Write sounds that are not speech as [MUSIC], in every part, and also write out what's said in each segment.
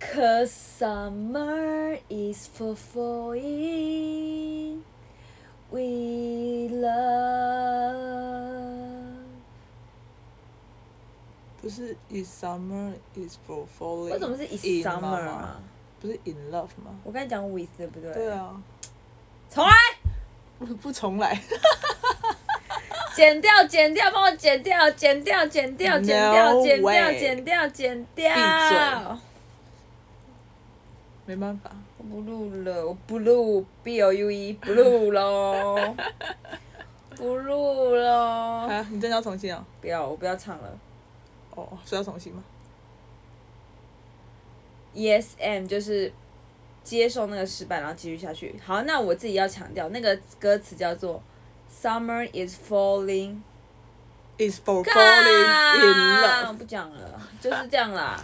Cause summer is for falling, we love。不是 is summer is for falling，为什么是 is in summer 吗？啊？不是 in love 吗？我刚才讲 with 对不对？对。啊， [LAUGHS] 重来，不不重来， [LAUGHS] 剪掉，剪掉，帮我剪掉，剪掉，剪掉，剪掉， No 剪掉， way 剪掉，剪掉。闭嘴没办法，我不录了，我不录，B O U E 不录 [LAUGHS] 喽，不录喽，啊，你真的要重新啊？不要，我不要唱了。哦，是要重新吗？ Yes and E 就是接受那个失败，然后继续下去。好，那我自己要强调，那个歌词叫做 Summer is falling。 is for falling in 我 love。不讲了，就是这样 [LAUGHS] 啦。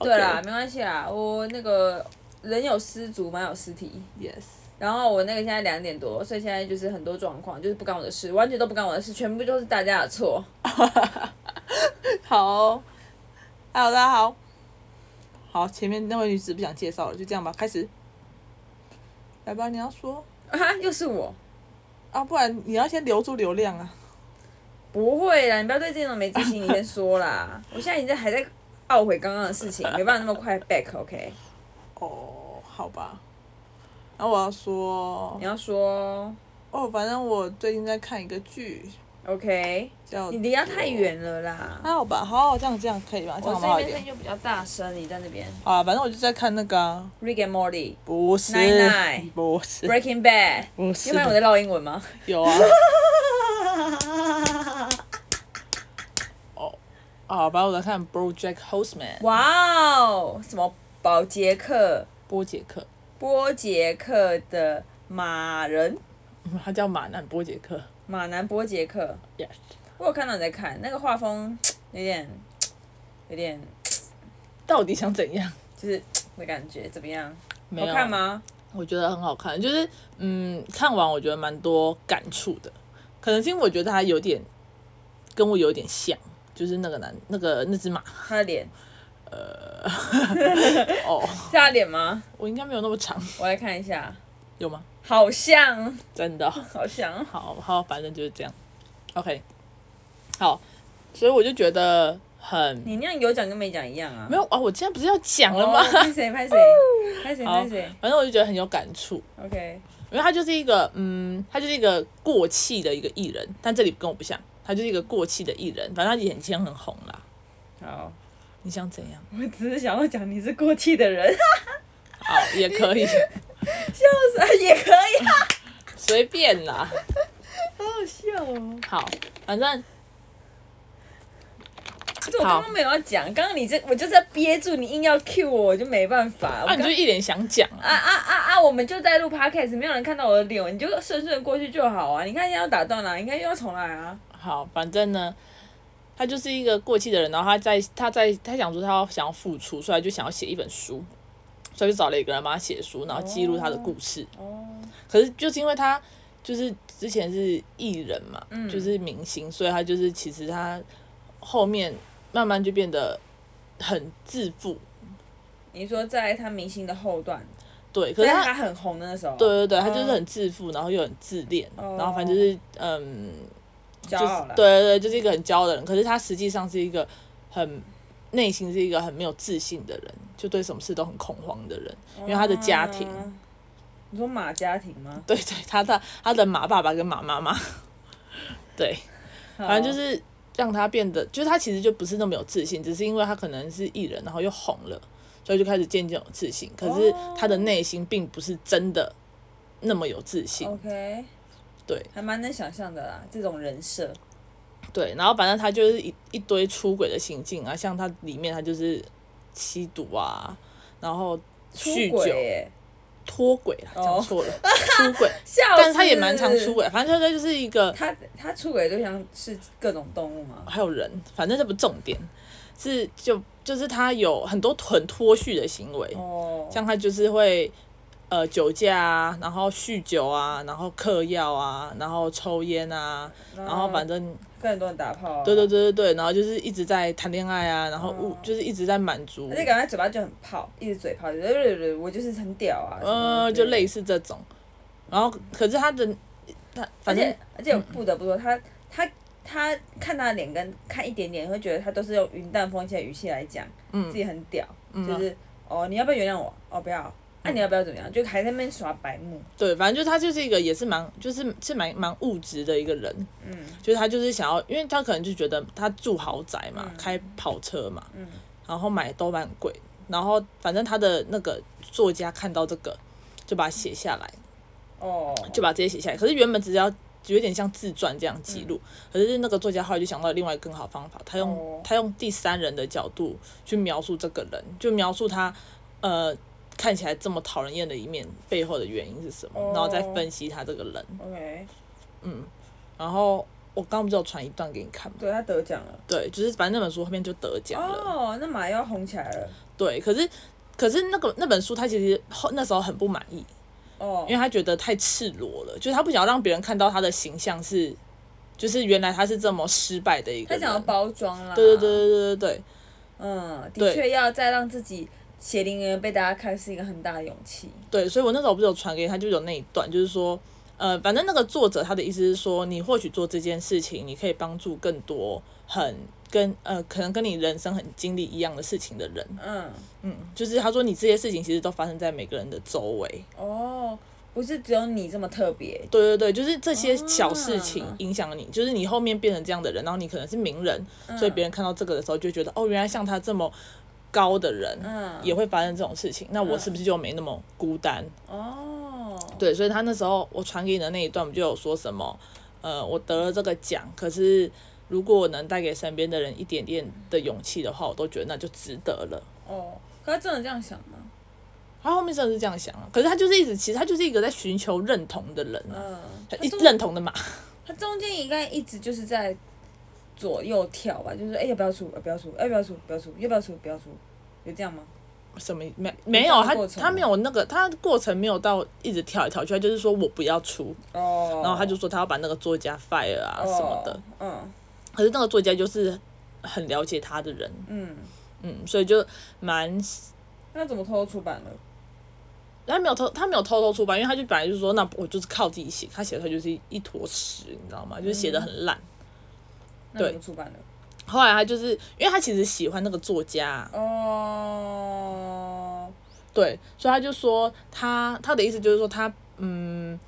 对啦，没关系啦，我那个人有失足，马有失蹄。 Yes， [LAUGHS] 然后我那个现在两点多，所以现在就是很多状况，就是不干我的事，完全都不干我的事，全部都是大家的错。好哦、Hello，大家好。好，前面那位女子不想介绍了，就这样吧，开始。来吧，你要说啊，又是我，啊，不然你要先留住流量啊。不会啦，你不要对这种没自信，你先说 [LAUGHS] 啦。我现在已经还在懊悔刚刚的事情，没办法那么快 back，OK？、哦，好吧。然后我要说你，要说哦，反正我最近在看一个剧， OK，叫你离他太。远了啦。还好吧，好，这样这样可以吧，这我样这好不好一边声音点？就比较大声，你在那边。好啊，反正我就在看那个啊、 Rick and Morty、不是 Nine-Nine，不是， Breaking Bad，不你是有发现我在唠英文 [LAUGHS] 吗？有啊。哦，好吧，我在看《BoJack Horseman》哇哦，什么保杰克、波杰克， [LAUGHS] 波杰克的马人嗯他叫马南波杰克。马男波杰克， Yes，我有看到你在看，那个画风有点有点到底想怎样？就是的感觉怎么样？没好有啊看？吗？我觉得很好看，就是嗯，看完我觉得蛮多感触的，可能是因为我觉得他有点跟我有点像，就是那个男那个那只马他的脸呃 [LAUGHS] 哦， [LAUGHS] 是他的脸吗？我应该没有那么长，我来看一下，有吗？好像真的哦、好像好好，反正就是这样。OK，好，所以我就觉得很你那样有讲跟没讲一样啊没。有啊，我今天不是要讲了吗哦？拍谁拍谁 [LAUGHS] 拍谁好拍谁反正我就觉得很有感触， ？OK，因为他就是一个嗯，他就是一个过气的一个艺人，但这里跟我不像，他就是一个过气的艺人，反正他眼前很红啦。好，你想怎样？我只是想要讲你是过气的人， [LAUGHS] 好，也可以，笑死，也可以，啊随便啦。好好笑哦。好，反正可是我刚刚没有要讲，刚刚你这我就是在憋住，你硬要 Q 我，我就没办法。我啊，你就刚一脸想讲啊。啊啊啊啊！我们就在录 podcast，没有人看到我的脸，你就顺顺过去就好啊。你看现在要打断了、你看又要重来啊。好，反正呢，他就是一个过气的人，然后他在他在他想说他要想要付出，所以他就想要写一本书，所以就找了一个人帮他写书，然后记录他的故事。嗯哦，可是就是因为他就是之前是艺人嘛，嗯就是明星，所以他就是其实他后面慢慢就变得很自负，你说在他明星的后段，对，啊可在是他他。很红的那时候，对对对，他就是很自负，然后又很自恋，哦然后反正就是嗯，骄就是傲了。对，对对，就是一个很骄傲的人，可是他实际上是一个很内心是一个很没有自信的人，就对什么事都很恐慌的人。 [LAUGHS] 因为他的家庭哦你说马家庭吗？对对，他的他的马爸爸跟马妈妈， [LAUGHS] 对，反正就好是让他变得，就是他其实就不是那么有自信，只是因为他可能是艺人，然后又红了，所以就开始渐渐有自信。可是哦他的内心并不是真的那么有自哦信， OK，对，还蛮能想象的啦，这种人设。对，然后反正他就是一一堆出轨的行径啊，像他里面他就是吸毒啊，然后出酗轨酒、耶，脱轨啦，哦讲错了，出 [LAUGHS] 轨，笑死！但是他也蛮常出轨，反正他就是一个他他出轨的对象是各种动物吗？还有人，反正这不重点，是就就是他有很多很脱序的行为，哦，像他就是会呃酒驾啊，然后酗酒啊，然后嗑药啊，然后抽烟啊，然后反正跟很多人打炮、啊，对对，对对对，然后就是一直在谈恋爱啊，然后物、就是一直在满足而，且感觉他嘴巴就很泡，一直嘴炮，就对对对，我就是很屌啊，呃，就类似，似这种。然后可是他的他而反正嗯且而且我不得不说，他他他看他的脸跟看一点点，会觉得他都是用云淡风轻的语气来讲，嗯自己很屌，嗯啊嗯就是哦，你要不要原谅我？哦，不要。那、你要不要怎么样？就还在那边耍白目，对，反正就是他就是一个也是蛮就是是蛮蛮物质的一个人，嗯，就是他就是想要，因为他可能就觉得他住豪宅嘛，开跑车嘛，嗯然后买都蛮贵，然后反正他的那个作家看到这个，就把它写下来，哦，就把这些写下来。可是原本只是要有点像自传这样记录，可是那个作家后来就想到另外一个更好的方法，他用、嗯哦他用第三人的角度去描述这个人，就描述他呃看起来这么讨人厌的一面背后的原因是什么，哦然后再分析他这个人。嗯 OK，然后我刚刚不是有传一段给你看吗？对他得奖了。对，就是反正那本书后面就得奖了。哦，那马要红起来了。对，可是可是那个那本书他其实后那时候很不满意，哦因为，他觉得太赤裸了，就是他不想要让别人看到他的形象是，就是原来他是这么失败的一个他人。想要包装啦。对对对，对对对对嗯，的对确要再让自己血淋淋地被大家看是一个很大的勇气。对，所以我那时候不是有传给他，就有那一段，就是说，呃，反正那个作者他的意思是说，你或许做这件事情，你可以帮助更多很跟呃，可能跟你人生很经历一样的事情的人。嗯，嗯，就是他说你这些事情其实都发生在每个人的周围。哦，不是只有你这么特别。对对对，就是这些小事情啊影响你，就是你后面变成这样的人，然后你可能是名人，嗯所以别人看到这个的时候就觉得，哦，原来像他这么高的人嗯，也会发生这种事情，那我是不是就没那么孤单？哦，对，所以他那时候我传给你的那一段，我们就有说什么，呃，我得了这个奖，可是如果我能带给身边的人一点点的勇气的话，我都觉得那就值得了。哦，可他真的这样想吗？他后面真的是这样想啊，可是他就是一直，其实他就是一个在寻求认同的人啊，嗯，他他一中认同的马，他中间应该一直就是在左右跳吧，就是哎要不要出，要不要出，要不要出，不要出，要不要出，不要出，有这样吗？什么没没这有样的他过程他吗没有那个他过程没有到一直跳来跳去，他就是说我不要出，哦，然后他就说他要把那个作家 fire 啊什么的，哦，可是那个作家就是很了解他的人，嗯嗯，嗯，所以就蛮那怎么偷偷出版了？他没有偷他没有偷偷出版，因为他就本来就是说那我就是靠自己写，他写出来就是一坨屎，你知道吗？就是写的很烂。那怎对么出版了？后来他就是因为他其实喜欢那个作家，哦，对，所以他就说他他的意思就是说他嗯，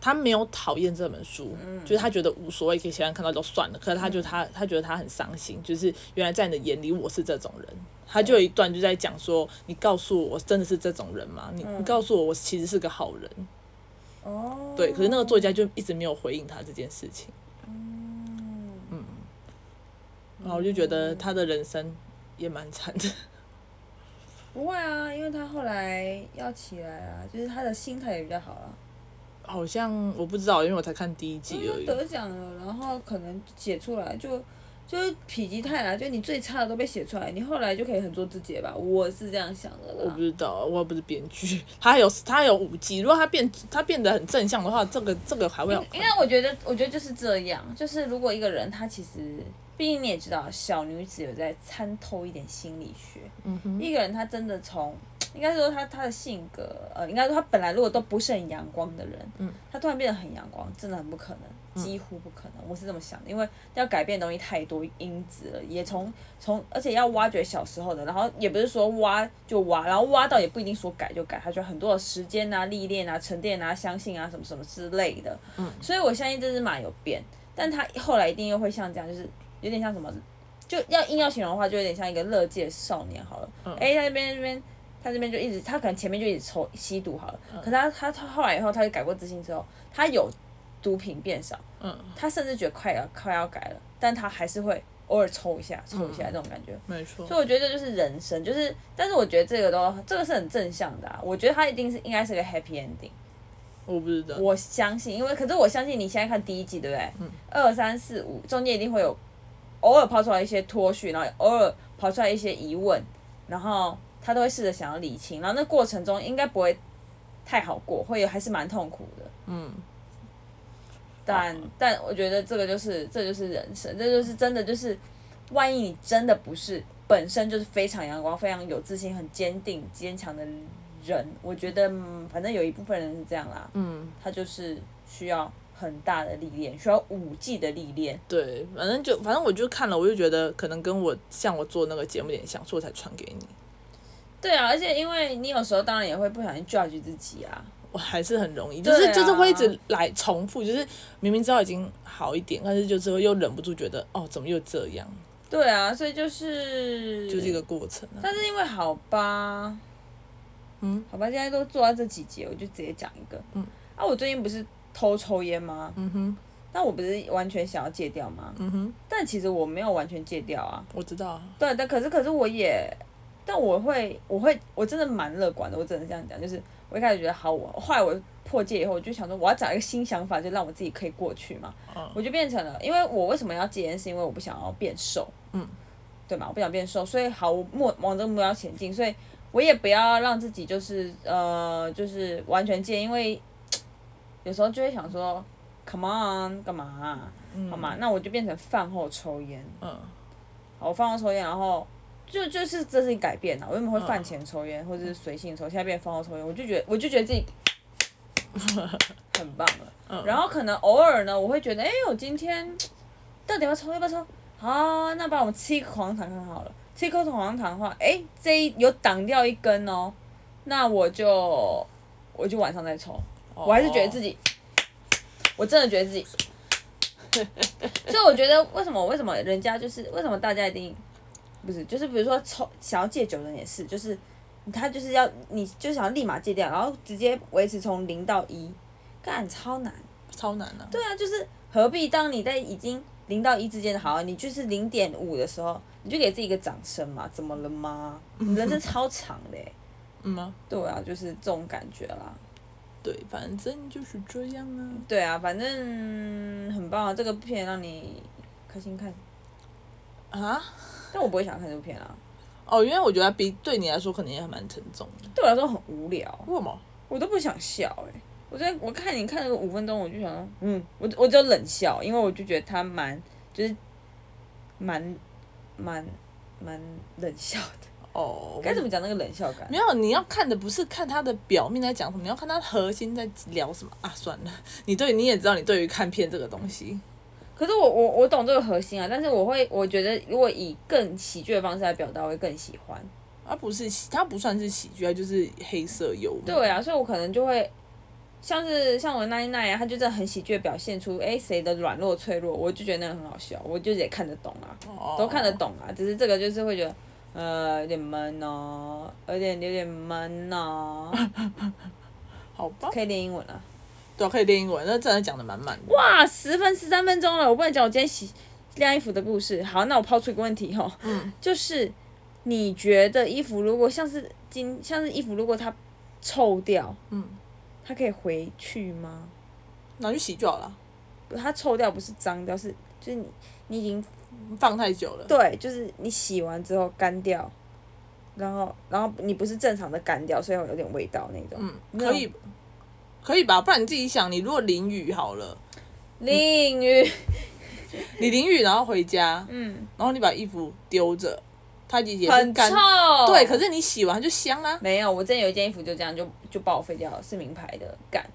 他没有讨厌这本嗯书，就是他觉得无所谓，给其他人看到就算了。可是他就他他觉得他很伤心，就是原来在你的眼里我是这种人。他就有一段就在讲说，你告诉我我真的是这种人吗？你嗯你告诉我我其实是个好人，哦，对。可是那个作家就一直没有回应他这件事情，嗯，然后我就觉得他的人生也蛮惨的。 [LAUGHS] 不会啊，因为他后来要起来啊，就是他的心态也比较好啊了、好像我不知道，因为我才看第一季而嗯已。得奖了，然后可能写出来就就是否极泰来，就你最差的都被写出来，你后来就可以很做自己了吧，我是这样想的我啦不。知道，我又不是编剧。他有他有五季，如果他变他变得很正向的话，这个这个还会好看因为我觉得，我觉得就是这样，就是如果一个人他其实，毕竟你也知道，小女子有在参透一点心理学，嗯哼，一个人他真的从，应该说他他的性格，呃，应该说他本来如果都不是很阳光的人，嗯，他突然变得很阳光，真的很不可能，几乎不可能，我是这么想的，因为要改变的东西太多因子了，也从从，而且要挖掘小时候的，然后也不是说挖就挖，然后挖到也不一定说改就改，他需要很多的时间啊、历练啊、沉淀啊、相信啊什么什么之类的，嗯，所以我相信这只马有变，但他后来一定又会像这样，就是有点像什么。就要硬要形容的话，就有点像一个乐界少年好了。哎、他那边那边，他这边就一直，他可能前面就一直抽吸毒好了，可他他他后来以后，他就改过自新之后，他有毒品变少，嗯，他甚至觉得快要快要改了，但他还是会偶尔抽一下，抽一下这种感觉。没错所。以我觉得这就是人生，就是，但是我觉得这个都这个是很正向的、啊，我觉得他一定是应该是个 happy ending。我不知道，我相信，因为可是我相信你现在看第一季，对不对？嗯。二三四五中间一定会有偶尔抛出来一些脱序，然后偶尔抛出来一些疑问，然后他都会试着想要理清，然后那过程中应该不会太好过，会有还是蛮痛苦的。嗯，但但我觉得这个就是这就是人生，这就是真的就是，万一你真的不是本身就是非常阳光、非常有自信、很坚定、坚强的人，我觉得、嗯反正有一部分人是这样啦。嗯，他就是需要很大的历练，需要五 G 的历练。对，反正就反正我就看了，我就觉得可能跟我像我做那个节目有点像，所以我才传给你。对啊，而且因为你有时候当然也会不小心 judge 自己啊。我还是很容易，就是、对啊就是会一直来重复，就是明明知道已经好一点，但是就是又忍不住觉得哦，怎么又这样？对啊，所以就是就是一个过程啊。但是因为好吧，嗯，好吧，现在都做到这几节，我就直接讲一个。嗯，啊，我最近不是偷抽烟吗？嗯哼，但我不是完全想要戒掉吗？嗯哼，但其实我没有完全戒掉啊。我知道啊。对，但可是可是我也，但我会我会我真的蛮乐观的，我只能这样讲，就是我一开始觉得好，我后来我破戒以后，我就想说我要找一个新想法，就让我自己可以过去嘛，嗯我就变成了，因为我为什么要戒烟，是因为我不想要变瘦，嗯，对嘛，我不想变瘦，所以好，我目往这个目标前进，所以我也不要让自己就是呃就是完全戒，因为有时候就会想说，come on，干嘛啊、嗯好嘛，那我就变成饭后抽烟。嗯好，我放后抽烟，然后就就是这是改变了。啊我原本会饭前抽烟、或者是随性抽，现在变放后抽烟，我就觉得我就觉得自己 [LAUGHS] 很棒了。然后可能偶尔呢，我会觉得，哎、我今天到底要不要抽，要不要抽？好啊、那不然我吃一颗口香糖看好了。吃一颗口香糖的话，哎、这一有挡掉一根哦，那我就我就晚上再抽。哦我还是觉得自己己，我真的觉得自己。 [LAUGHS] 所以我觉得为什么为什么人家就是为什么大家一定不是就是比如说抽想要戒酒的人也是，就是他就是要你就想要立马戒掉，然后直接维持从零到一，干超难。超难啊。对啊，就是何必当你在已经零到一之间的好，你就是零点五的时候，你就给自己一个掌声嘛？怎么了吗？你人生超长的、欸，嗯啊，对啊，就是这种感觉啦。对，反正就是这样啊。对啊，反正很棒啊，这个片让你开心看，啊？但我不会想看这部片啊，哦，因为我觉得比对你来说可能也还蛮沉重的。对我来说很无聊，为什么？我都不想笑哎、我在我看你看那个五分钟，我就想说，嗯，我我只有冷笑，因为我就觉得他蛮就是蛮蛮蛮冷笑的，哦，该怎么讲那个冷笑感没？有，你要看的不是看他的表面在讲什么，你要看他核心在聊什么啊。算了，你对你也知道，你对于看片这个东西，可是我我我懂这个核心啊，但是我会我觉得如果以更喜剧的方式来表达，我会更喜欢。而啊不是喜，它不算是喜剧，它就是黑色幽默。对啊，所以我可能就会像是像我那一那样，他就真的很喜剧地表现出哎谁的软弱脆弱，我就觉得那个很好笑，我就也看得懂啊，哦，都看得懂啊，只是这个就是会觉得呃有点闷哦，有点有点闷哦，好吧？可以练英文了、对啊、可以练英文，那真的讲的满满的。哇，十分十三分钟了，我不能讲我今天洗晾衣服的故事。好，那我抛出一个问题哈、哦就是你觉得衣服如果像是今像是衣服如果它臭掉，嗯，它可以回去吗？拿去洗就好了，不它臭掉不是脏掉，是就是你你已经嗯放太久了。对，就是你洗完之后干掉，然后然后你不是正常的干掉，所以会有点味道那种。嗯，可以，可以吧？不然你自己想，你如果淋雨好了，淋雨，你淋雨然后回家，嗯，然后你把衣服丢着，它也也是很干臭。。对，可是你洗完它就香啊。没有，我之前有一件衣服就这样就就报废掉了，是名牌的，干。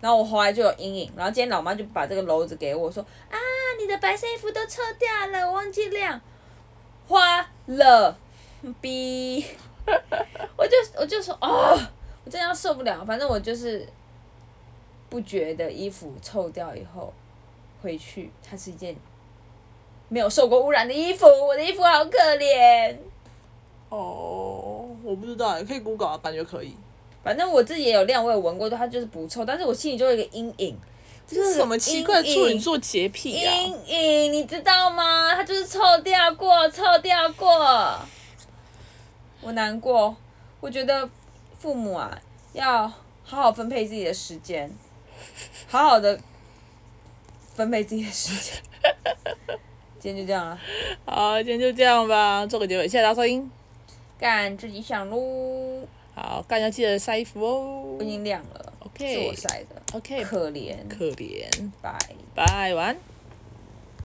然后我后来就有阴影，然后今天老妈就把这个篓子给我说啊，你的白色衣服都臭掉了，我忘记晾，花了，逼， [LAUGHS] 我就我就说哦，我真的要受不了，反正我就是不觉得衣服臭掉以后回去，它是一件没有受过污染的衣服，我的衣服好可怜。哦，我不知道欸，可以 Google 啊，感觉可以。反正我自己也有晾，我有闻过，它就是不臭，但是我心里就有一个阴影，这是什么奇怪的处女座洁癖啊呀、阴影，你知道吗？它就是臭掉过，臭掉过，我难过。我觉得父母啊，要好好分配自己的时间，好好的分配自己的时 [LAUGHS] 间。今天就这样了，好，今天就这样吧，做个结尾，谢谢大家收听。干自己想喽。好，大家记得晒衣服哦。我已经亮了 OK 哎是我晒的， OK，可怜，可怜，拜。拜，晚安。